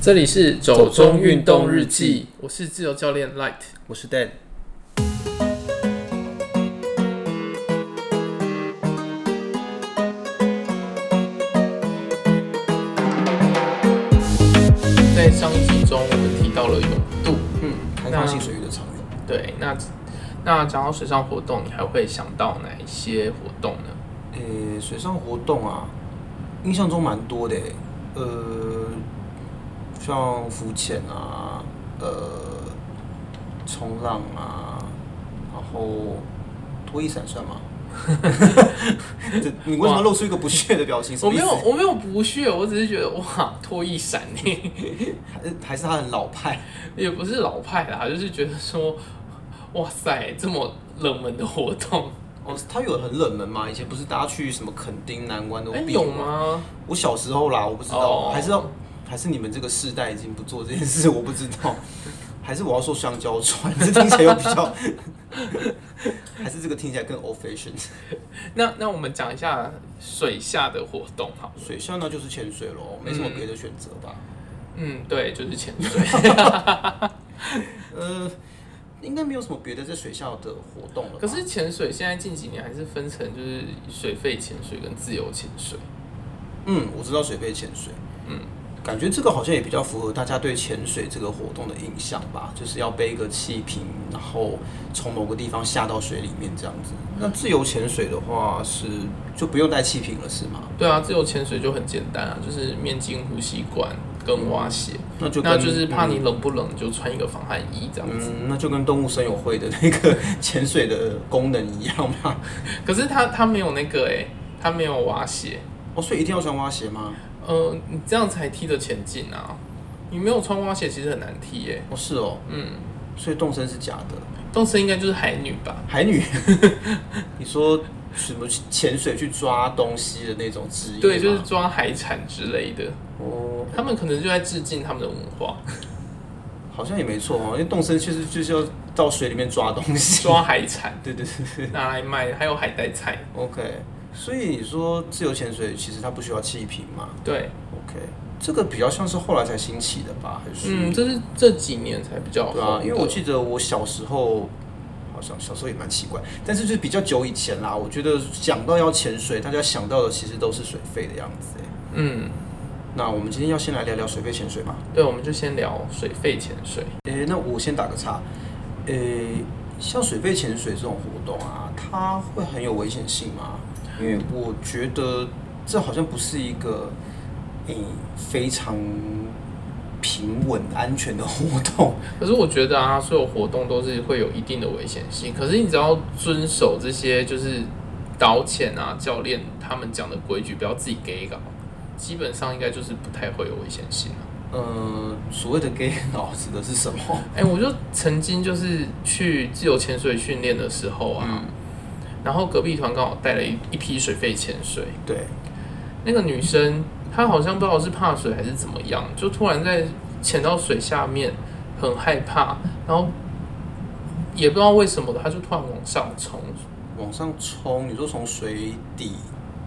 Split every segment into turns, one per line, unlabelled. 这里是走中运动日记，我是自由教练 Light。
我是 Dan。
在上一集中，我们提到了泳渡，
嗯，开放性水域的草原。
对，那那讲到水上活动，你还会想到哪一些活动呢？
诶、呃水上活动啊，印象中蛮多的、呃，像浮潜啊，呃，冲浪啊，然后拖衣 伞算吗？这你为什么露出一个不屑的表情？什
我
么意
没
思
有，我没有不屑，我只是觉得哇，脱衣闪呢，
还是还是他很老派。
也不是老派啦，就是觉得说，哇塞，这么冷门的活动，
哦，他有很冷门吗？以前不是大家去什么垦丁、南湾都
哎、
必
有？吗？
我小时候啦，我不知道，
哦
还是要还是你们这个世代已经不做这件事， 我不知道，还是我要说香蕉船，这听起来又比较， 还是这个听起来更 old fashion。
那那我们讲一下水下的活动好了。
水下那就是潜水咯，没什么别的选择吧。
嗯，对，就是潜水。嗯
呃，应该没有什么别的在水下的活动了吧。
可是潜水现在近几年还是分成就是水肺潜水跟自由潜水。
嗯，我知道水肺潜水，
嗯
嗯，感觉这个好像也比较符合大家对潜水这个活动的印象吧，就是要背一个气瓶，然后从某个地方下到水里面这样子。那自由潜水的话是就不用带气瓶了是吗？
对啊，自由潜水就很简单啊，就是面镜、呼吸管跟蛙鞋。
那就跟
那就是怕你冷不冷，你就穿一个防寒衣这样子。
嗯，那就跟动物森友会的那个 潜水的功能一样嘛。
可是它它没有那个哎、它没有蛙鞋。
哦，所以一定要穿蛙鞋吗？
呃，你这样才踢得前进啊。你没有穿蛙鞋其实很难踢耶、
哦，是哦，
嗯，
所以动身是假的。
动森应该就是海女吧？
海女， 你说什么潜水去抓东西的那种职业吗？
对，就是抓海产之类的。
哦，
他们可能就在致敬他们的文 化，
好像也没错哦，因为动身确实就是要到水里面抓东西。
抓海产
对对对对
拿来卖，还有海带菜。
，OK。所以你说自由潜水其实它不需要气瓶嘛
对，
？OK，这个比较像是后来才兴起的吧？还是？
嗯，这是这几年才比较
对啊
红，的
因为我记得我小时候。好像小时候也蛮奇怪，但是就是比较久以前啦。我觉得想到要潜水，大家想到的其实都是水肺的样子欸。
嗯，
那我们今天要先来聊聊水肺潜水吧。
对，我们就先聊水肺潜水。
诶、那我先打个岔。诶、像水肺潜水这种活动啊，它会很有危险性吗？因为我觉得这好像不是一个诶、非常平稳、安全的活动。
可是我觉得啊，所有活动都是会有一定的危险性，可是你只要遵守这些就是导潜啊、教练他们讲的规矩，不要自己给搞，基本上应该就是不太会有危险性、啊。
呃，所谓的 gay 佬指的是什么？
哎、我就曾经就是去自由潜水训练的时候啊，
嗯
然后隔壁团刚好带了一一批水肺潜水，
对，
那个女生她好像不知道是怕水还是怎么样，就突然在潜到水下面，很害怕，然后也不知道为什么的，她就突然往上冲，
往上冲，你说从水底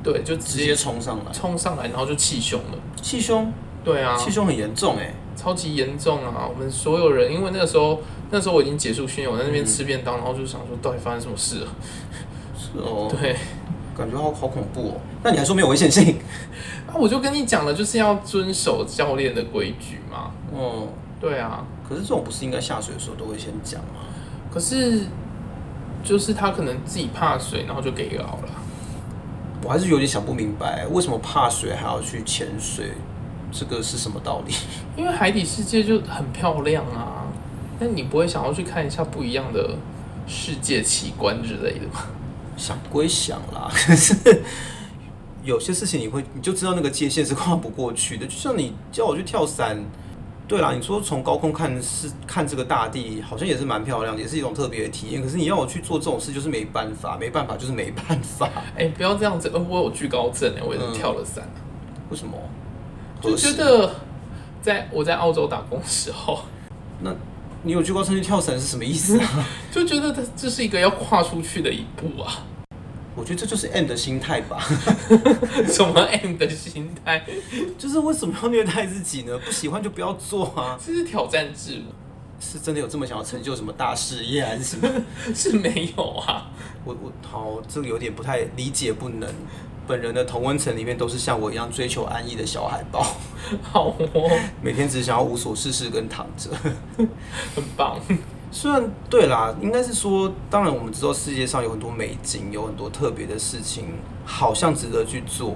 对，就直
直接
接
冲上来，
冲上来，然后就气胸了。
气胸，
对啊，
气胸很严重诶、欸
超级严重啊！我们所有人，因为那个时候，那时候我已经结束训练，我在那边吃便当，然后就想说，到底发生什么事了？
是哦，
对，
感觉好好恐怖哦。那你还说没有危险性？
那啊我就跟你讲了，就是要遵守教练的规矩嘛。
哦、
对啊，
可是这种不是应该下水的时候都会先讲吗？
可是就是他可能自己怕水，然后就给熬了。
我还是有点想不明白，为什么怕水还要去潜水？这个是什么道理？
因为海底世界就很漂亮啊，那你不会想要去看一下不一样的世界奇观之类的吗？
想归想啦， 可是有些事情你会你就知道那个界限是跨不过去的。就像你叫我去跳伞，对啦，你说从高空看是看这个大地，好像也是蛮漂亮的，也是一种特别的体验。可是你要我去做这种事，就是没办法，没办法就是没办法。
哎、不要这样子，呃，我有惧高症哎、我也
嗯
是跳了伞，
为什么？
就觉得在我在澳洲打工的时候，
那你有去过上去跳伞是什么意思啊？
就觉得它这是一个要跨出去的一步啊。
我觉得这就是 M 的心态吧，
什么 M 的心态？
就是为什么要虐待自己呢？不喜欢就不要做啊！
这是挑战制吗？
是真的有这么想要成就什么大事业还是什么？
是没有啊，
我我好，这个有点不太理解，不能。本人的同温层里面都是像我一样追求安逸的小海豹，
好哦，
每天只想要无所事事跟躺着。
很棒。
虽然对啦，应该是说，当然我们知道世界上有很多美景，有很多特别的事情，好像值得去做。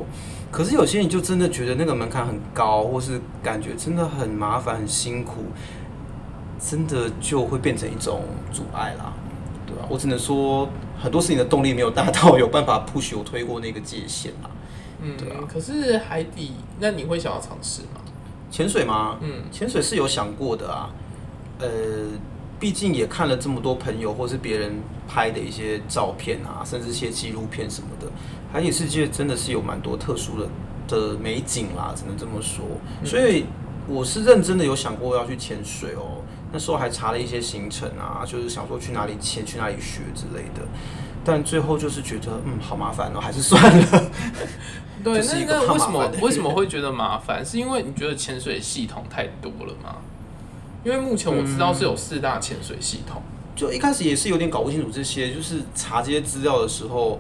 可是有些人就真的觉得那个门槛很高，或是感觉真的很麻烦、很辛苦，真的就会变成一种阻碍啦，对啊吧、我只能说，很多事情的动力没有大到有办法 push 我推过那个界限啦。
嗯，
对啊
可是海底，那你会想要尝试吗？
潜水吗？
嗯，
潜水是有想过的啊，呃，毕竟也看了这么多朋友或是别人拍的一些照片啊，甚至一些纪录片什么的，海底世界真的是有蛮多特殊的的美景啦，只能这么说。所以我是认真的有想过要去潜水哦，那时候还查了一些行程啊，就是想说去哪里潜、去哪里学之类的。但最后就是觉得，嗯，好麻烦哦，还是算了。
对，
就是
那
一个
那
怕
为什
麻
么
烦的
为什么会觉得麻烦？是因为你觉得潜水系统太多了吗？因为目前我知道是有四大潜水系统。
就一开始也是有点搞不清楚这些，就是查这些资料的时候，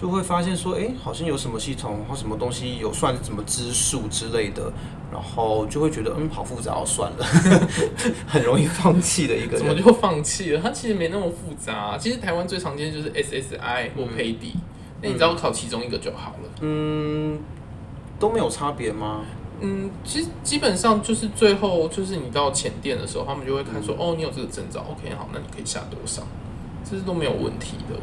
就会发现说，哎、好像有什么系统或什么东西有算什么支数之类的，然后就会觉得，嗯，好复杂哦，算了，很容易放弃的一个
怎么
人。
就放弃了？它其实没那么复杂、啊其实台湾最常见就是 SSI 或 PAD，、那你只要考其中一个就好了。
嗯，都没有差别吗？
嗯，其实基本上就是最后就是你到前店的时候，他们就会看
嗯
说，哦，你有这个证照，OK，好，那你可以下多少，这是都没有问题的。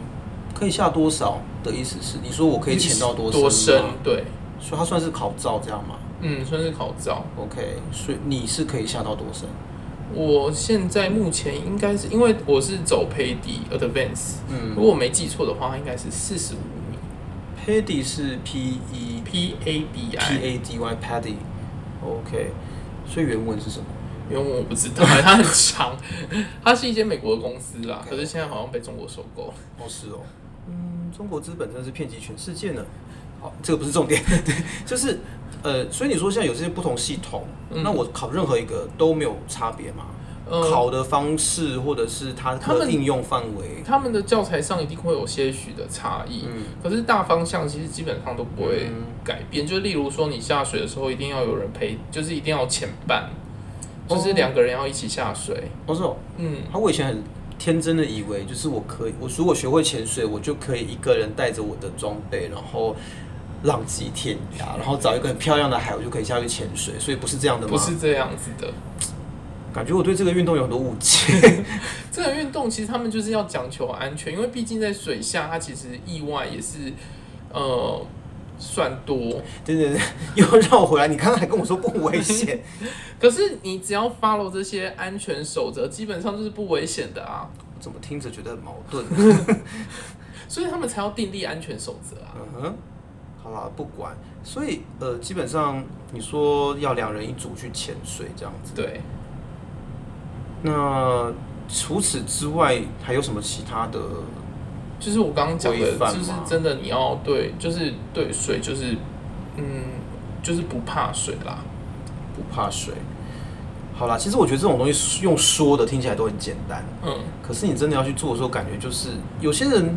可以下多少的意思是，你说我可以潜到多
多
深
深
吗？？
对，
所以它算是考照这样吗
嗯，算是考照。
？OK，所以你是可以下到多深？
我现在目前应该是因为我是走 PAD Advance，
嗯
如果我没记错的话，应该是四十五米
，PADI 是 P E
P A D
P
I。
A D Y Paddy。OK，所以原文是什么？
因为我不知道，它很长， 它是一间美国的公司啦，可是现在好像被中国收购。
哦，是哦，嗯，中国资本真的是遍及全世界呢。好，这个不是重点， 对，就是呃，所以你说现在有这些不同系统，
嗯
那我考任何一个都没有差别吗？
呃，
考的方式或者是它
他
的
们
应用范围，
他们的教材上一定会有些许的差异，
嗯
可是大方向其实基本上都不会
嗯
改变。就例如说，你下水的时候一定要有人陪，就是一定要前伴，就是
哦
两个人要一起下水。
哦是哦，
嗯，
啊，我以前很天真的以为，就是我可以，我如果学会潜水，我就可以一个人带着我的装备，然后浪迹天涯，然后找一个很漂亮的海，我就可以下去潜水。所以不是这样的吗？
不是，这样子的。
感觉我对这个运动有很多误解。
这个运动其实他们就是要讲求安全，因为毕竟在水下，它其实意外也是呃算多。
对对对，又绕回来。你刚刚还跟我说不危险，
可是你只要 follow 这些安全守则，基本上就是不危险的啊，
怎么听着觉得很矛盾？
所以他们才要订立安全守则啊。
嗯哼，好啦，不管。所以呃，基本上你说要两人一组去潜水这样子，
对，
那除此之外还有什么其他的？
就是我刚刚讲的
规，范吗
就是真的你要对，就是对水，就是嗯，就是不怕水啦。
不怕水。好啦，其实我觉得这种东西用说的听起来都很简单，
嗯，
可是你真的要去做的时候，感觉就是有些人，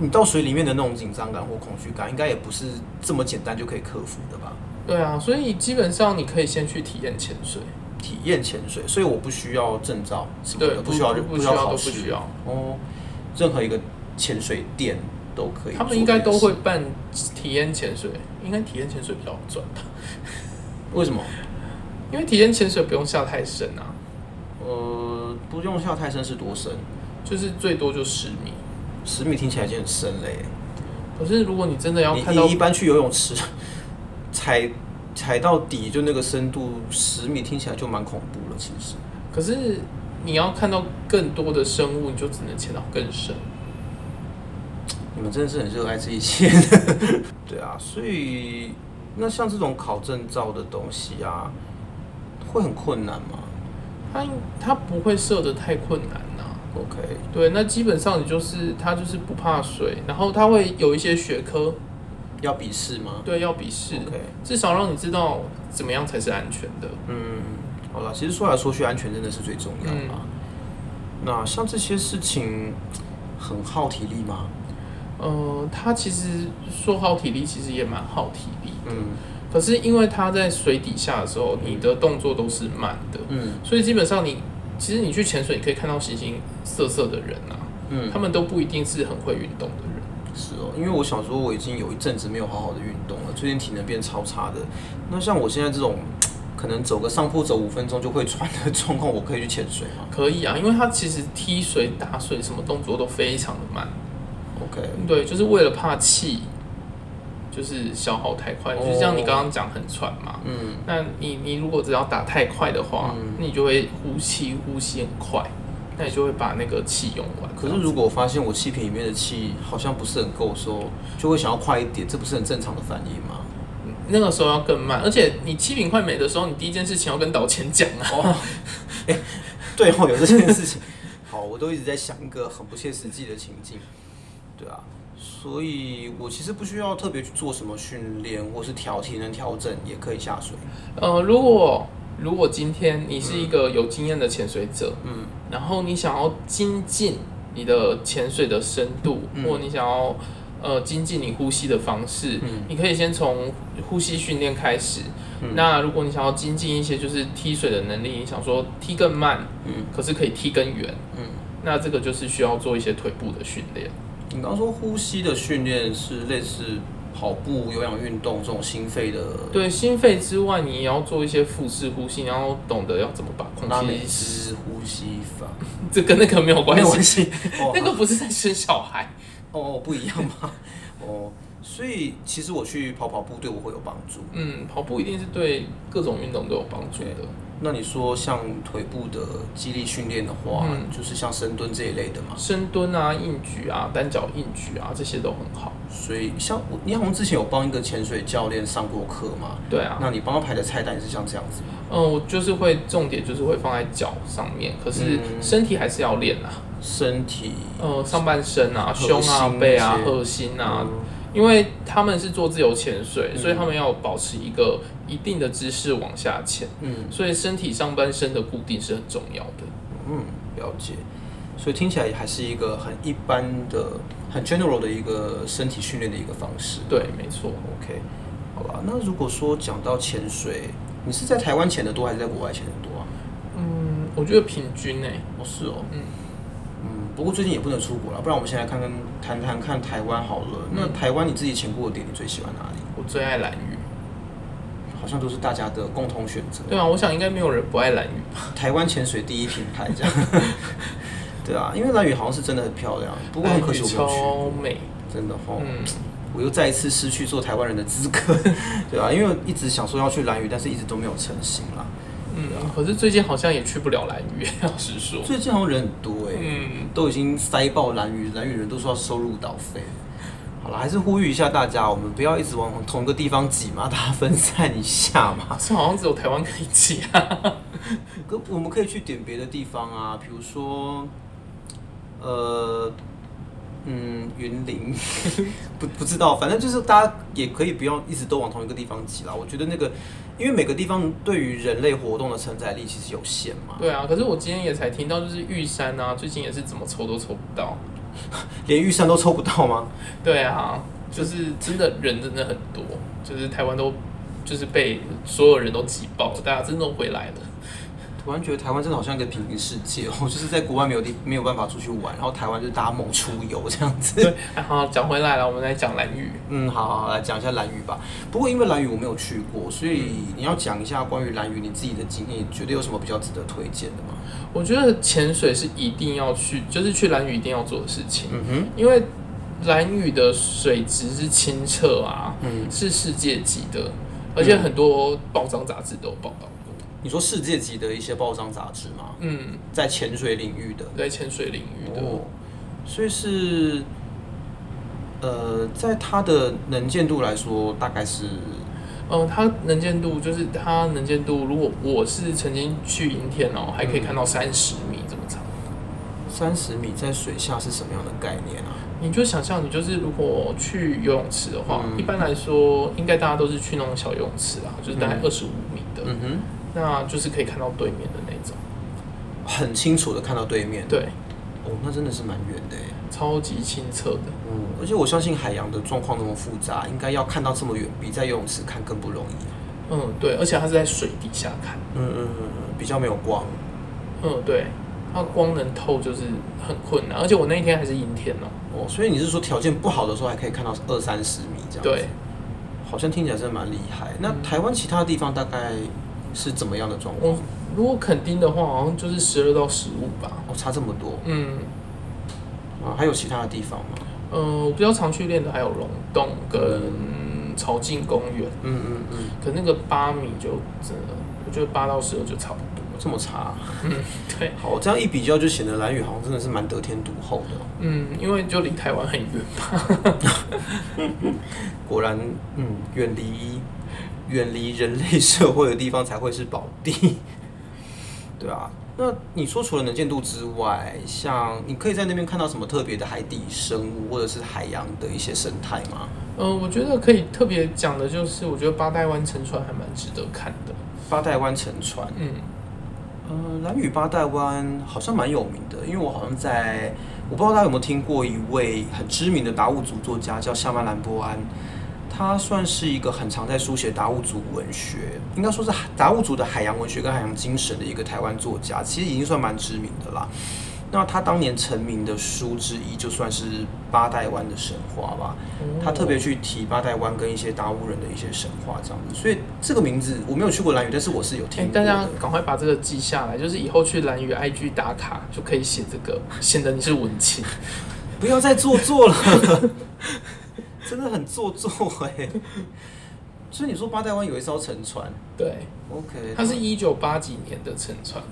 你到水里面的那种紧张感或恐惧感，应该也不是这么简单就可以克服的吧？
对啊，所以基本上你可以先去体验潜水，
体验潜水，所以我不需要证照什么
对，
的，需要
不需
需要
要都
考
不
试，
需要，
哦，任何一个潜水店都可以做这件事。
他们应该都会办体验潜水，应该体验潜水比较好赚吧，
为什么？
因为体验潜水不用下太深啊，
呃，不用下太深是多深？
就是最多就十米。
十米听起来已经很深嘞、
可是如果你真的要看
你
到
你一般去游泳池踩踩到底就那个深度十米，听起来就蛮恐怖了。其实
可是你要看到更多的生物，你就只能潜到更深。
你们真的是很热爱这一切。 对啊，所以那像这种考证照的东西啊，会很困难吗？
它它不会设的太困难呐、啊
OK，
对，那基本上你就是它就是不怕水，然后它会有一些学科，
要笔试吗
对，要笔试，
？OK，
至少让你知道怎么样才是安全的。
嗯，好了，其实说来说去，安全真的是最重要
嗯
的啊。那像这些事情很耗体力吗？
呃，它其实说耗体力，其实也蛮耗体力，
嗯
可是因为它在水底下的时候，你的动作都是慢的，
嗯
所以基本上你其实你去潜水，你可以看到形形色色的人啊，
嗯，
他们都不一定是很会运动的人。
是哦，因为我想说，我已经有一阵子没有好好的运动了，最近体能变超差的。那像我现在这种，可能走个上坡走五分钟就会喘的 状况，我可以去潜水吗
可以啊，因为它其实踢水、打水什么动作都非常的慢，
？OK，
对，就是为了怕气，就是消耗太快，
哦
就是像你刚刚讲很喘嘛。
嗯
那你你如果只要打太快的话，
嗯
那你就会呼气呼吸很快，那你就会把那个气用完。
可是如果我发现我气瓶里面的气好像不是很够的时候，就会想要快一点，这不是很正常的反应吗？
那个时候要更慢，而且你气瓶快没的时候，你第一件事情要跟导潜讲啊。
对哦，有这件事情。好，我都一直在想一个很不切实际的情境，对啊，所以我其实不需要特别去做什么训练或是调体能调整，也可以下水。
呃，如果如果今天你是一
嗯
个有经验的潜水者，嗯，然后你想要精进你的潜水的深度，
嗯
或你想要呃精进你呼吸的方式，
嗯
你可以先从呼吸训练开始。
嗯
那如果你想要精进一些就是踢水的能力，你想说踢更慢，
嗯
可是可以踢更远，
嗯，
那这个就是需要做一些腿部的训练。
你刚说呼吸的训练是类似跑步、有氧运动这种心肺的，
对，心肺之外，你也要做一些腹式呼吸，你要懂得要怎么把
拉
空
美
气，
式呼吸法，
这跟那个没有关
没有
系
关。系。哦
那个不是在生小孩，
哦，不一样吗？哦，所以其实我去跑跑步对我会有帮助。
嗯，跑步一定是对各种运动都有帮助的。
那你说像腿部的肌力训练的话，
嗯
就是像深蹲这一类的嘛。
深蹲啊、硬举啊、单脚硬举啊，这些都很好。
所以像我，你好像之前有帮一个潜水教练上过课嘛？
对啊，
那你帮他排的菜单也是像这样子吗？
嗯，我就是会重点就是会放在脚上面，可是
嗯
身体还是要练啊，
身体
呃，上半身啊、
嗯核
胸啊、
心
背啊
这、些
核心啊，
嗯
因为他们是做自由潜水，
嗯
所以他们要保持一个一定的姿势往下潜，
嗯
所以身体上半身的固定是很重要的。
嗯，了解。所以听起来还是一个很一般的、很 general 的一个身体训练的一个方式。
对，没错。
OK，好吧。那如果说讲到潜水，你是在台湾潜的多还是在国外潜的多啊？
嗯，我觉得平均呢、
哦，是哦，
嗯
嗯，不过最近也不能出国了，不然我们先来看看谈谈看台湾好了。那
嗯
台湾你自己潜过的点，你最喜欢哪里？
我最爱蓝鱼。
好像都是大家的共同选择。
对啊，我想应该没有人不爱蓝鱼吧？
台湾潜水第一品牌 这样。对啊，因为蓝屿好像是真的很漂亮，不过很可惜我没有去，
超美。
真的哦。
嗯，
我又再一次失去做台湾人的资格， 对啊，因为我一直想说要去蓝屿，但是一直都没有成型啦。
嗯，可是最近好像也去不了蓝屿， 老实说。
最近好像人很多哎、
嗯，
都已经塞爆蓝屿，蓝屿人都说要收入岛费。好了，还是呼吁一下大家，我们不要一直往同一个地方挤嘛，大家分散一下嘛。
这好像只有台湾可以骑啊。
可我们可以去点别的地方啊，比如说，呃，嗯，云林，不不知道，反正就是大家也可以不要一直都往同一个地方挤啦。我觉得那个，因为每个地方对于人类活动的承载力其实有限嘛，
对啊，可是我今天也才听到，就是玉山啊，最近也是怎么抽都抽不到。
连玉山都抽不到吗？
对啊，就是真的人真的很多，就是台湾都就是被所有人都挤爆，大家真的回来了。
突然觉得台湾真的好像一个平行世界哦，就是在国外没有地没有办法出去玩，然后台湾就是大家猛出游这样子。
对，啊好，讲回来了，我们来讲蓝屿。
嗯，好好好，来讲一下蓝屿吧。不过因为蓝屿我没有去过，所以你要讲一下关于蓝屿你自己的经验，觉得有什么比较值得推荐的吗？
我觉得潜水是一定要去，就是去蓝屿一定要做的事情。
嗯哼，
因为蓝屿的水质是清澈啊，
嗯，
是世界级的，而且很多报章杂志都有报道过。
你说世界级的一些报章杂志吗？
嗯，
在潜水领域的，
在潜水领域的，
哦，所以是，呃，在它的能见度来说，大概是
嗯、它能见度就是它能见度，如果我是曾经去银天哦，还可以看到三十米这么长。
三十米在水下是什么样的概念啊？
你就想象你就是如果去游泳池的话，
嗯
一般来说应该大家都是去那种小游泳池啊，就是大概
嗯
二十五米的，
嗯
那就是可以看到对面的那种。
哼，很清楚的看到对面。，
对，
哦，那真的是蛮远的耶。欸
超级清澈的。
嗯，而且我相信海洋的状况那么复杂，应该要看到这么远，比在游泳池看更不容易。
嗯，对，而且它是在水底下看。
嗯嗯嗯嗯，比较没有光。
嗯，对，它光能透就是很困难，而且我那一天还是阴天哦、
哦，所以你是说条件不好的时候还可以看到二三十米这样？
对，，
好像听起来真的蛮厉害。那台湾其他地方大概是怎么样的状况
我？如果垦丁的话，好像就是十二到十五吧。
哦，差这么多
嗯，
啊？还有其他的地方吗？
呃，我比较常去练的还有溶洞跟潮境公园，
嗯嗯嗯，
可那个八米就真的，我觉得八到十二就差不多了。
这么差。
对，
好，这样一比较就显得蓝宇好像真的是蛮得天独厚的。
嗯，因为就离台湾很远，
果然，嗯，远离远离人类社会的地方才会是宝地。 对啊，那你说除了能见度之外，像你可以在那边看到什么特别的海底生物或者是海洋的一些生态吗？
嗯、我觉得可以特别讲的就是，我觉得八代湾沉船还蛮值得看的。
八代湾沉船，
嗯，
呃，蓝屿八代湾好像蛮有名的，因为我好像在，我不知道大家有没有听过一位很知名的达悟族作家叫夏曼兰波安，他算是一个很常在书写达悟族文学，应该说是达悟族的海洋文学跟海洋精神的一个台湾作家，其实已经算蛮知名的啦。那他当年成名的书之一，就算是《八代湾的神话》吧。
哦
他特别去提八代湾跟一些达悟人的一些神话这样子，所以这个名字我没有去过蓝屿，但是我是有
哎、
听过
大
的。
家赶快把这个记下来，就是以后去蓝屿 IG 打卡就可以写这 个，显得你是文青。
不要再做作了， 真的很做作哎、所以你说八代湾有一艘沉船
对，
，OK，
它是一九八几年的沉船，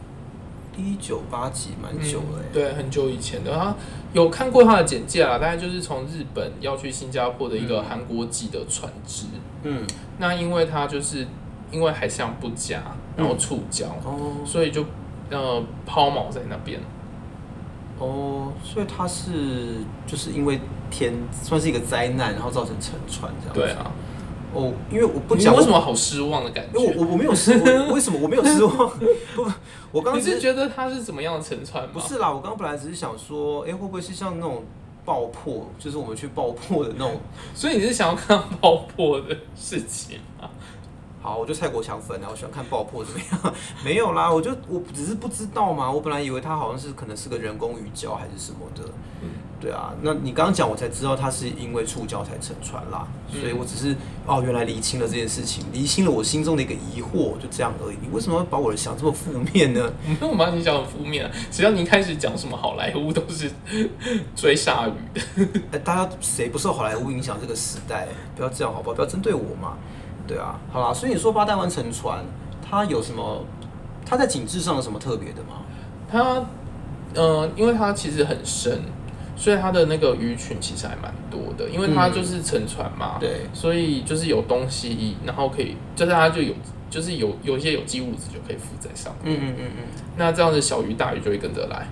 一九八几，蛮久了、
嗯
欸
对，很久以前的。他有看过他的简介啊啦，大概就是从日本要去新加坡的一个韩国籍的船只。
嗯，
那因为他就是因为海象不佳，然后触礁，
哦
所以就呃抛锚在那边。
哦，所以它是就是因为天算是一个灾难，然后造成沉船这样子。
对啊，
哦，因为我不
你
讲
为什
么。
么好失望的感
因为
觉？
我我我没有失 望，为什么我没有失望？不，我刚
你
刚只
是觉得它是怎么样的沉船吗？
不是啦，我刚刚本来只是想说，哎、会不会是像那种爆破，就是我们去爆破的那种
所以你是想要看到爆破的事情 吗？
好，我就蔡国强粉啊，我喜欢看爆破怎么样？ 没有啦，我就我只是不知道嘛，我本来以为它好像是可能是个人工鱼礁还是什么的，对啊，那你刚刚讲我才知道它是因为触礁才沉船啦，
嗯
所以我只是哦原来厘清了这件事情，厘清了我心中的一个疑惑，就这样而已。你为什么要把我的想这么负面呢？
没有吗？你讲很负面、啊，只要你一开始讲什么好莱坞都是追鲨鱼的。
哎，大家谁不受好莱坞影响这个时代？不要这样好不好？不要针对我嘛。对啊，好啦，所以你说八代湾沉船，它有什么？它在景致上有什么特别的吗？
它，呃，因为它其实很深，所以它的那个鱼群其实还蛮多的，因为它就是沉船嘛，
对。
所以就是有东西，然后可以，就是它就有，就是有有一些有机物质就可以附在上面，
嗯嗯嗯嗯，
那这样子小鱼大鱼就会跟着来，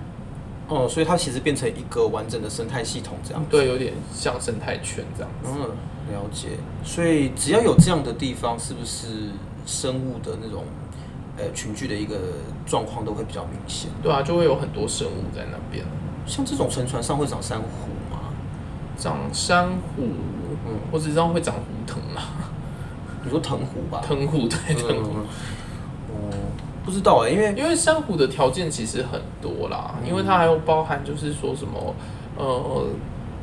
哦，所以它其实变成一个完整的生态系统这样。
对，有点像生态圈这样。
嗯，了解。所以只要有这样的地方，是不是生物的那种呃群聚的一个状况都会比较明显？
对啊，就会有很多生物在那边。
像这种沉船上会长珊瑚吗？
长珊瑚，
嗯
我只知道会长胡藤啊，
你说藤壶吧？
藤壶对藤壶，
嗯哦，不知道哎、因为
因为珊瑚的条件其实很多啦，
嗯
因为它还有包含就是说什么呃，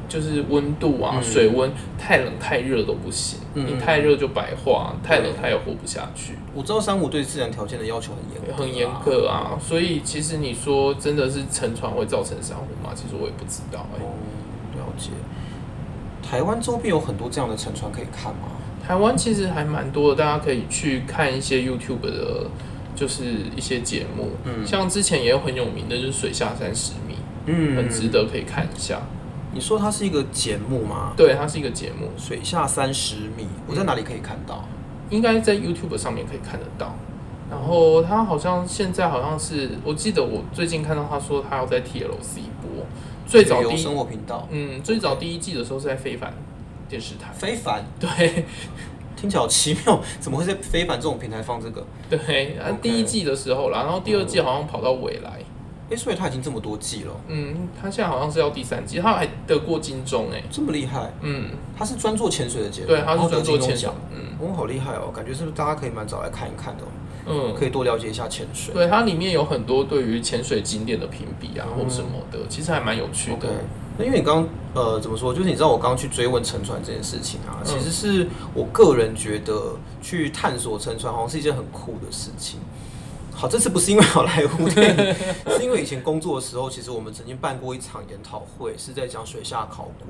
就是温度啊、
嗯
水温，太冷太热都不行，
嗯
你太热就白化，太冷
对
它也活不下去，
我知道珊瑚对自然条件的要求很严格、
很严。格啊。所以其实你说真的是沉船会造成珊瑚吗？其实我也不知道哎、
哦，了解。台湾周边有很多这样的沉船可以看吗？
台湾其实还蛮多的，大家可以去看一些 YouTube 的，就是一些节目，
嗯
像之前也有很有名的，就是水下三十米，
嗯
很值。得可以看一下。
你说它是一个节目吗？
对，它是一个节目，
水下三十米，
嗯
我在哪里可以看到？
应该在 YouTube 上面可以看得到。然后它好像现在好像是，我记得我最近看到他说他要在 TLC 播，最早
旅游
第
生
一
活频道，
嗯最早第一季的时候是在非凡电视台，
非凡，
对
听起来好奇妙，怎么会在非凡这种平台放这个？
对，啊
OK
第一季的时候啦，然后第二季好像跑到未来，
哎，所以他已经这么多季了，
嗯，他现在好像是要第三季，他还得过金钟哎、
这么厉害，
嗯，
他是专做潜水的节目，
对，他
然后
是
得
专做
金钟
潜水
奖，，
嗯
哦，好厉害哦，感觉是不是大家可以蛮早来看一看的哦，
嗯，
可以多了解一下潜水。
对，它里面有很多对于潜水景点的评比啊，或什么的，其实还蛮有趣
嗯 OK，
的。
那因为你刚呃怎么说，就是你知道我刚刚去追问沉船这件事情啊，
嗯
其实是我个人觉得去探索沉船好像是一件很酷的事情。好，这次不是因为好莱坞电影，是因为以前工作的时候，其实我们曾经办过一场研讨会，是在讲水下考古。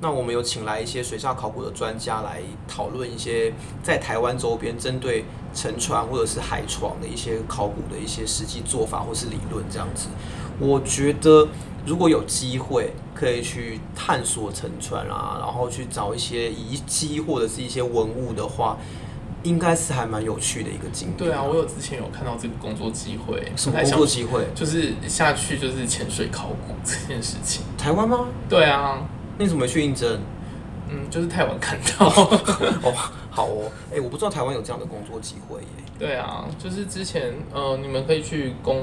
那我们有请来一些水下考古的专家来讨论一些在台湾周边针对沉船或者是海床的一些考古的一些实际做法或是理论这样子。我觉得如果有机会可以去探索沉船啊，然后去找一些遗迹或者是一些文物的话，应该是还蛮有趣的一个经历。
对啊，我有之前有看到这个工作机会，
什
不
么
太
工
想
作机会？
就是下去就是潜水考古这件事情。
台湾吗？
对啊，
那你怎么没去 应征？
嗯，就是太晚看 到。
哦，好哦，哎、我不知道台湾有这样的工作机会耶。
对啊，就是之前呃，你们可以去公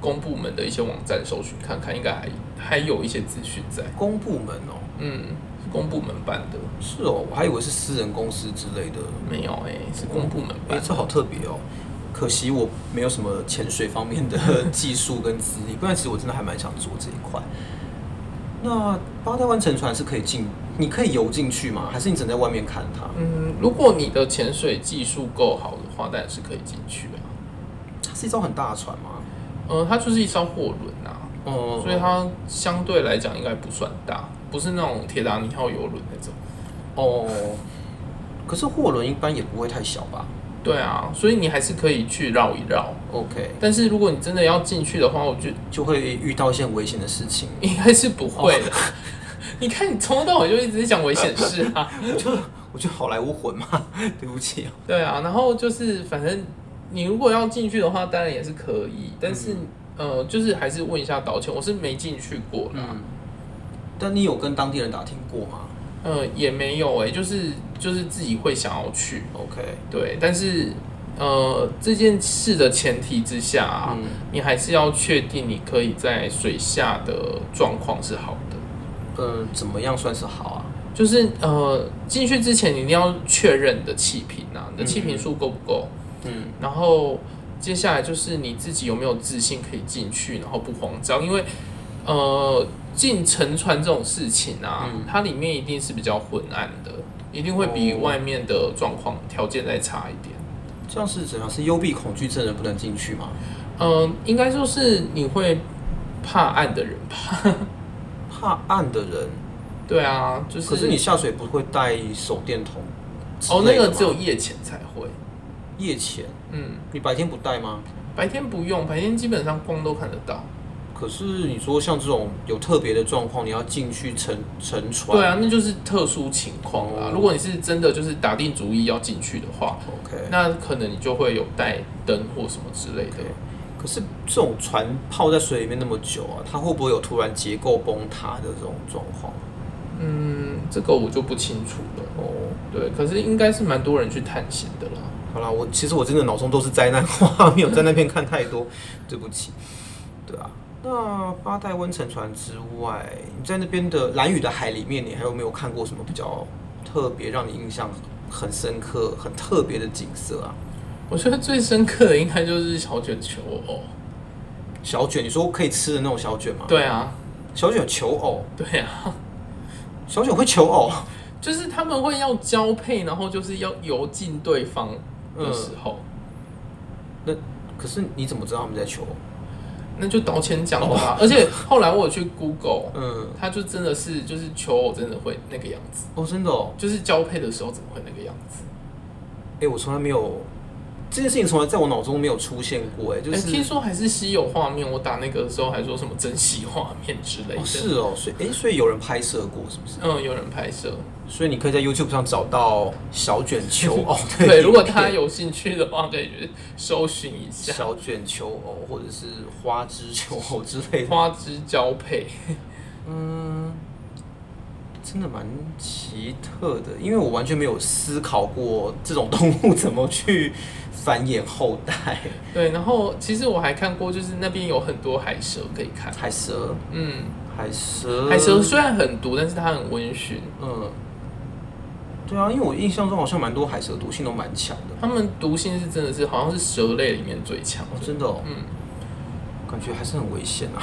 公部门的一些网站搜寻看看，应该还还有一些资讯在。
公部门哦，
嗯，是公部门办的，
是哦，我还以为是私人公司之类的。
没有哎、是公部门
哎、
办的。
这好特别哦。可惜我没有什么潜水方面的 技术跟资历，不然其实我真的还蛮想做这一块。那八代湾沉船是可以进，你可以游进去吗？还是你只能在外面看它？
嗯，如果你的潜水技术够好的话，当然是可以进去啊。
它是一艘很大的船吗？
呃，它就是一艘货轮啊，
哦、
所以它相对来讲应该不算大，不是那种铁达尼号游轮那种。
哦，可是货轮一般也不会太小吧
对啊，所以你还是可以去绕一绕。
？OK，
但是如果你真的要进去的话，我觉得
就会遇到一些危险的事情。
应该是不会的。 你看，你从头到尾就一直在讲危险事啊。
我觉得好莱坞混嘛， 对不起啊。
对啊，然后就是反正你如果要进去的话，当然也是可以，但是、呃，就是还是问一下导潜，我是没进去过啦。
嗯，但你有跟当地人打听过吗
呃，也没有哎、就是就是自己会想要去，
？OK，
对，但是呃，这件事的前提之下、啊，
嗯
你还是要确定你可以在水下的状况是好的。
呃，怎么样算是好啊？
就是呃，进去之前你一定要确认你的气瓶啊，你的气瓶数够不够，
嗯，
然后接下来就是你自己有没有自信可以进去，然后不慌张，因为呃，进沉船这种事情啊，
嗯
它里面一定是比较昏暗的，一定会比
哦
外面的状况条件再差一点。
这样是怎样？是幽闭恐惧症人不能进去吗？
嗯，应该就是你会怕暗的人吧？
怕暗的人，
对啊，就是
可是你下水不会带手电筒之
哦，那
类的吗
个只有夜潜才会，
夜潜，
嗯，
你白天不带吗？
白天不用，白天基本上光都看得到。
可是你说像这种有特别的状况，你要进去乘乘船，
对啊，那就是特殊情况啦
哦。
如果你是真的就是打定主意要进去的话，
，OK。
那可能你就会有带灯或什么之类的。
可是这种船泡在水里面那么久啊，它会不会有突然结构崩塌的这种状况？
嗯，这个我就不清楚了。
哦，
对，可是应该是蛮多人去探险的啦。
好啦，我其实我真的脑中都是灾难画面，我在那边看太 多，对不起。对啊，那八代温沉船之外，你在那边的蓝屿的海里面，你还有没有看过什么比较特别让你印象很深刻、很特别的景色啊？
我觉得最深刻的应该就是小卷球偶。
小卷，你说可以吃的那种小卷吗？，
对啊，
小卷有求偶，
对啊，
小卷会求偶，
就是他们会要交配，然后就是要游进对方的时候，
嗯可是你怎么知道他们在求偶？
那就导潜讲的啦。 而且后来我有去 Google，
嗯，
他就真的是就是求偶真的会那个样子。
哦，真的哦，
就是交配的时候怎么会那个样子？
哎，我从来没有这件事情，从来在我脑中没有出现过，哎，就
哎、
是、
听说还是稀有画面，我打那个的时候还说什么珍惜画面之类的。
哦，是哦，所以哎、所以有人拍摄过，是不是？
嗯，有人拍 摄。
所以你可以在 YouTube 上找到小卷 求偶的影片，
对，如果大家有兴趣的话，可以去搜寻一下
小卷求偶或者是花枝求偶之类的，
花枝交配。
嗯，真的蛮奇特的，因为我完全没有思考过这种动物怎么去繁衍后代。
对，然后其实我还看过，就是那边有很多海蛇可以看。
海蛇，
嗯，
海蛇，
海蛇虽然很毒，但是它很温驯。
嗯，对啊，因为我印象中好像蛮多海蛇毒性都蛮强的。
它们毒性是真的是好像是蛇类里面最强
哦，
的。
真的哦，
嗯，
感觉还是很危险啊。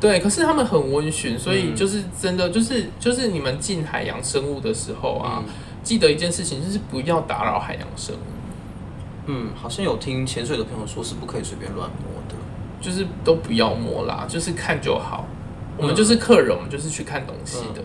对，可是它们很温驯，所以
嗯
就是真的就是就是你们进海洋生物的时候啊，
嗯
记得一件事情，就是不要打扰海洋生物，
嗯，好像有听潜水的朋友说是不可以随便乱摸的。
就是都不要摸啦，就是看就好。我们
嗯
就是客人，我们就是去看东西的。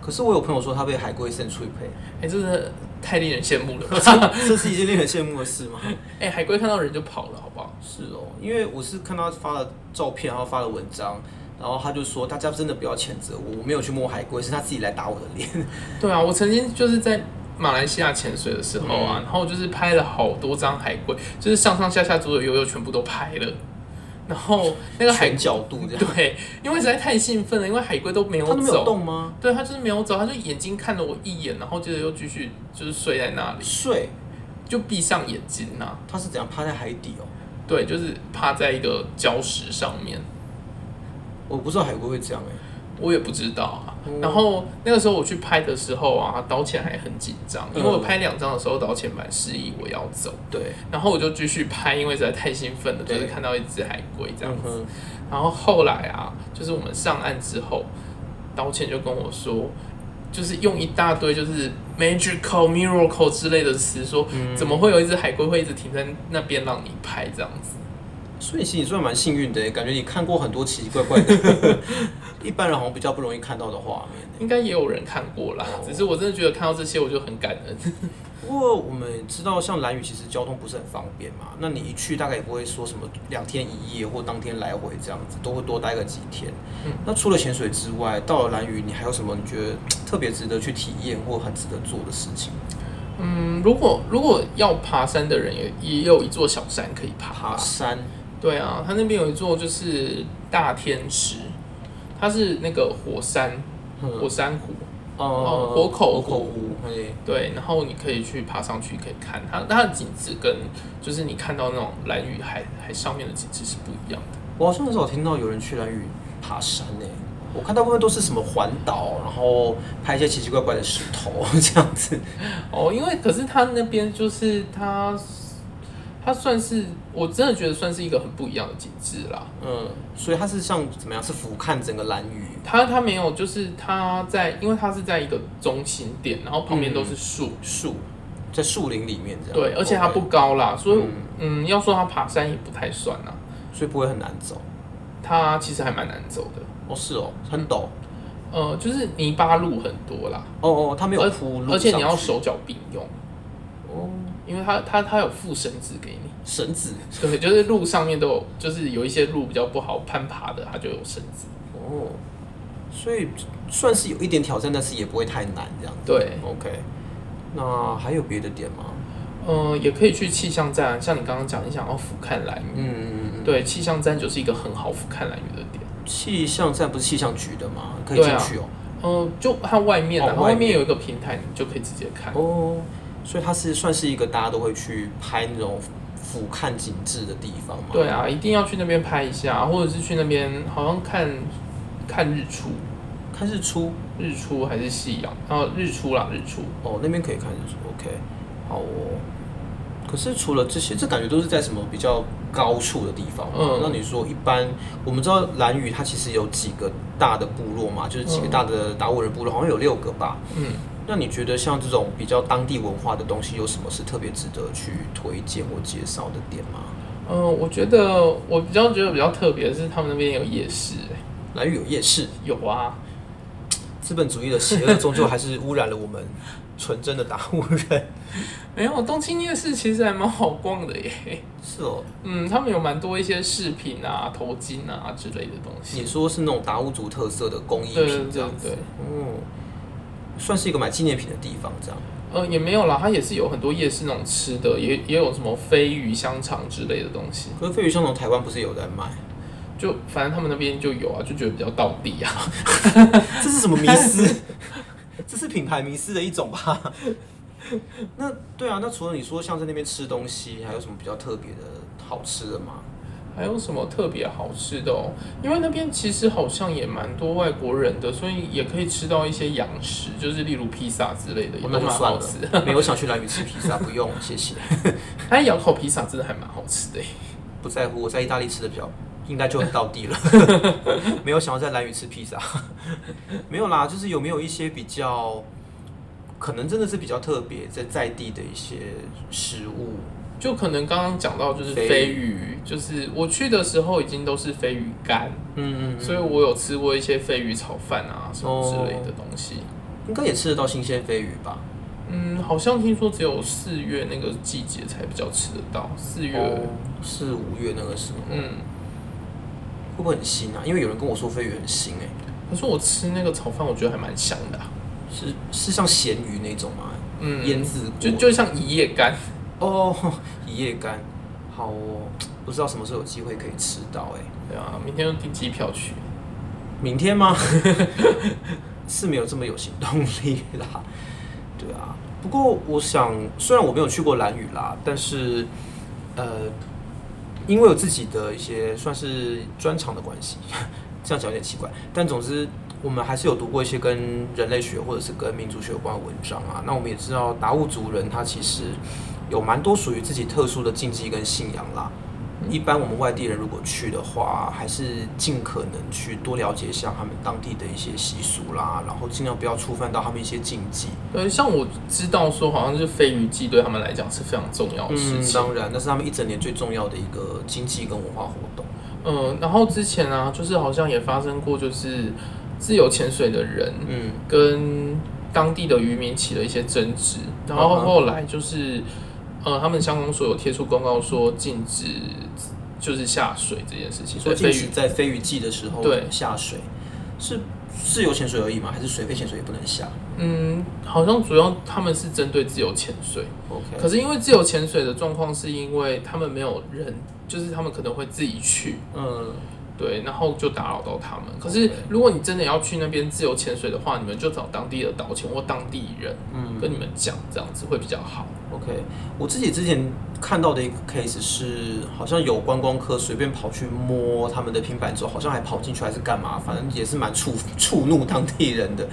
可是我有朋友说他被海龟扇出一 配，
哎、真的太令人羡慕了。
这是一件令人羡慕的事吗？
哎、海龟看到人就跑了，好不好？
是哦，因为我是看他发了照片，然后发了文章，然后他就说大家真的不要谴责我，我没有去摸海龟，是他自己来打我的脸。
对啊，我曾经就是在马来西亚潜水的时候
嗯
啊，然后就是拍了好多张海龟，就是上上下下左左右右全部都拍了。然后那个海
全啊角度这样
对，因为实在太兴奋了，因为海龟都没有
他都没有
走，
动吗？
对，它就是没有走，它就眼睛看了我一眼，然后接着又继续就是睡在那里，
睡，
就闭上眼睛呐、
他是怎样趴在海底哦？
对，就是趴在一个礁石上面，
我不知道海龟会这样哎、
我也不知道啊
嗯。
然后那个时候我去拍的时候啊，导潜还很紧张，因为我
嗯
拍两张的时候，导潜板示意我要走。
对，
然后我就继续拍，因为实在太兴奋了，就
对
是看到一只海龟这样
嗯
子。
哼，
然后后来啊，就是我们上岸之后，导潜就跟我说，就是用一大堆就是 magical miracle 之类的词说，
嗯
怎么会有一只海龟会一直停在那边让你拍这样子？
所以其实你算蛮幸运的、欸，感觉你看过很多奇奇怪怪 的，一般人好像比较不容易看到的画面、欸。
应该也有人看过啦，只是我真的觉得看到这些我就很感恩。
不过我们知道，像兰屿其实交通不是很方便嘛，那你一去大概也不会说什么两天一夜或当天来回这样子，都会多待个几天。
嗯
那除了潜水之外，到了兰屿，你还有什么你觉得特别值得去体验或很值得做的事情？
嗯，如果如果要爬山的人也也有一座小山可以爬
爬山，
对啊，它那边有一座就是大天池，它是那个火山火
嗯，
山湖，
哦
火口湖
火口湖，嘿，
对，然后你可以去爬上去，可以看它它的景致跟就是你看到那种蓝雨海海上面的景致是不一样的。
我好像很少听到有人去兰屿爬山诶、我看大部分都是什么环岛，然后拍一些奇奇怪怪的石头这样子。
哦，因为可是它那边就是它它算是我真的觉得算是一个很不一样的景致啦。
嗯，所以它是像怎么样？是俯瞰整个兰屿。
它它没有，就是它在，因为它是在一个中心点，然后旁边都
嗯
是树，
树，在树林里面这样。
对，而且它不
OK，
高啦，所以
嗯
嗯，要说它爬山也不太算啦。
所以不会很难走。
它其实还蛮难走的，
哦，是哦，很陡。
呃，就是泥巴路很多啦，
哦哦，它没有
而
铺路
而且你要
上去
手脚并用，
哦
因为它它它有附绳子给你，
绳子。
对，就是路上面都有，就是有一些路比较不好攀爬的，它就有绳子，
哦，所以算是有一点挑战，但是也不会太难这样子。
对，
OK，那还有别的点吗？
呃，也可以去气象站，像你刚刚讲，你想要俯瞰蓝屿，
嗯，
对，气象站就是一个很好俯瞰蓝屿的点。
气象站不是气象局的吗？可以进去哦。
嗯，就它外面啊，
哦
它
外
外
面
面有一个平台，你就可以直接看。
哦，所以它是算是一个大家都会去拍那种俯瞰景致的地方嘛。
对啊，一定要去那边拍一下，或者是去那边好像看看日出，
看日出
日出还是夕阳？哦，日出啦，日出。
哦，那边可以看日出。OK，好哦。可是除了这些，这感觉都是在什么比较高处的地方嘛？
嗯
那你说一般，我们知道兰屿它其实有几个大的部落嘛，就是几个
嗯
大的达悟人部落，好像有六个吧。
嗯，
那你觉得像这种比较当地文化的东西，有什么是特别值得去推荐或介绍的点吗？
嗯、我觉得我比较觉得比较特别的是他们那边有夜市、欸
兰屿有夜市，
有啊，
资本主义的邪恶终究还是污染了我们纯真的达悟 人。
没有东京夜市其实还蛮好逛的耶。
是哦，
嗯，他们有蛮多一些饰品啊、头巾啊之类的东西。
你说是那种达悟族特色的工艺
对对
品这
对
样子，
对，
哦，算是一个买纪念品的地方这样。
呃，也没有啦，它也是有很多夜市那种吃的，也也有什么飞鱼香肠之类的东西。
可是鲱鱼香从台湾不是有在卖？
就反正他们那边就有啊，就觉得比较到地啊。
这是什么迷思？ 这是品牌迷思的一种吧？那对啊，那除了你说像在那边吃东西，还有什么比较特别的好吃的吗？
还有什么特别好吃的哦？因为那边其实好像也蛮多外国人的，所以也可以吃到一些洋食，就是例如披萨之类的，也
我
都
那
蛮
就算
好
了
吃。，
没有我想去蓝屿吃披萨，不用，谢谢，
哎，窑烤披萨真的还蛮好吃的耶。
不在乎。我在意大利吃的比较，应该就很到地了。 没有想要在蓝屿吃披萨， 没有啦，就是有没有一些比较，可能真的是比较特别，在在地的一些食物，
就可能刚刚讲到就是
飞
飞鱼，就是我去的时候已经都是飞鱼干，
嗯嗯，
所以我有吃过一些飞鱼炒饭啊什么之类
哦
的东西。
应该也吃得到新鲜飞鱼吧？
嗯，好像听说只有四月那个季节才比较吃得到，四月，
哦，是五月那个时候，
嗯。
会不会很腥啊？因为有人跟我说飞鱼很腥哎、
可是我吃那个炒饭，我觉得还蛮香的啊、
是是像咸鱼那种吗？
嗯，
腌制
就
过
就像一夜干，
哦， 一夜干，好哦，不知道什么时候有机会可以吃到哎、
对啊，明天就订机票去。
明天吗？ 是没有这么有行动力啦， 对啊。不过我想，虽然我没有去过蓝屿啦，但是呃，因为有自己的一些算是专长的关系， 这样讲有点奇怪，但总之我们还是有读过一些跟人类学或者是跟民族学有关的文章啊。那我们也知道达悟族人他其实有蛮多属于自己特殊的禁忌跟信仰啦。一般我们外地人如果去的话，还是尽可能去多了解一下他们当地的一些习俗啦，然后尽量不要触犯到他们一些禁忌。
呃，像我知道说，好像是飞鱼季对他们来讲是非常重要的事
嗯，
情。
当然，那是他们一整年最重要的一个经济跟文化活动。
嗯、然后之前啊，就是好像也发生过，就是自由潜水的人
嗯，
跟当地的渔民起了一些争执，然后
嗯哼
后来就是，呃，他们乡公所有贴出公告说禁止就是下水这件事情，所
说
以飞
禁
鱼
止在飞鱼季的时候
对
下水，是自由潜水而已吗？还是水肺潜水也不能下
嗯，好像主要他们是针对自由潜水。可
？OK，
是因为自由潜水的状况，是因为他们没有人，就是他们可能会自己去，
嗯，
对，然后就打扰到他们。可是如果你真的要去那边自由潜水的话，你们就找当地的导潜或当地人，嗯，跟你们讲，这样子会比较好。
OK，我自己之前看到的一个 case 是，好像有观光客随便跑去摸他们的平板之后，好像还跑进去还是干嘛，反正也是蛮触 触怒当地人的。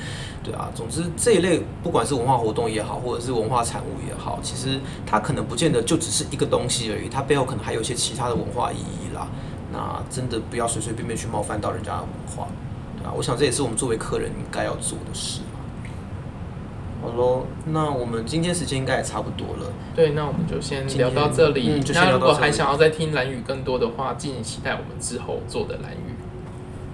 对啊，总之这一类不管是文化活动也好，或者是文化产物也好，其实它可能不见得就只是一个东西而已，它背后可能还有一些其他的文化意义啦。那真的不要随随便便去冒犯到人家的文化，对啊，我想这也是我们作为客人应该要做的事嘛。好喽，那我们今天时间应该也差不多了。
对，那我们就先
今
聊
天
到这里。
嗯就先
那
聊
如
到
果
这
还
里
想要再听蓝语更多的话，敬请期待我们之后做的蓝语。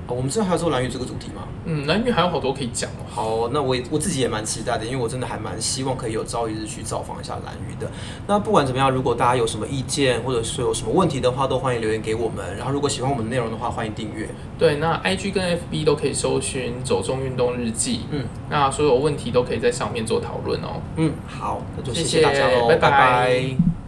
哦，我们之后还要做蓝宇这个主题吗？
嗯，蓝语还有好多可以讲哦。
好，那我也我自己也蛮期待的，因为我真的还蛮希望可以有朝一日去造访一下蓝宇的。那不管怎么样，如果大家有什么意见或者是有什么问题的话，都欢迎留言给我们。然后如果喜欢我们的内容的话，欢迎订阅。
对，那 IG 跟 FB 都可以搜寻“走中运动日记”。
嗯，
那所有问题都可以在上面做讨论哦。
嗯，好，那就谢
谢
谢大家
谢
喽，
拜
拜
拜
拜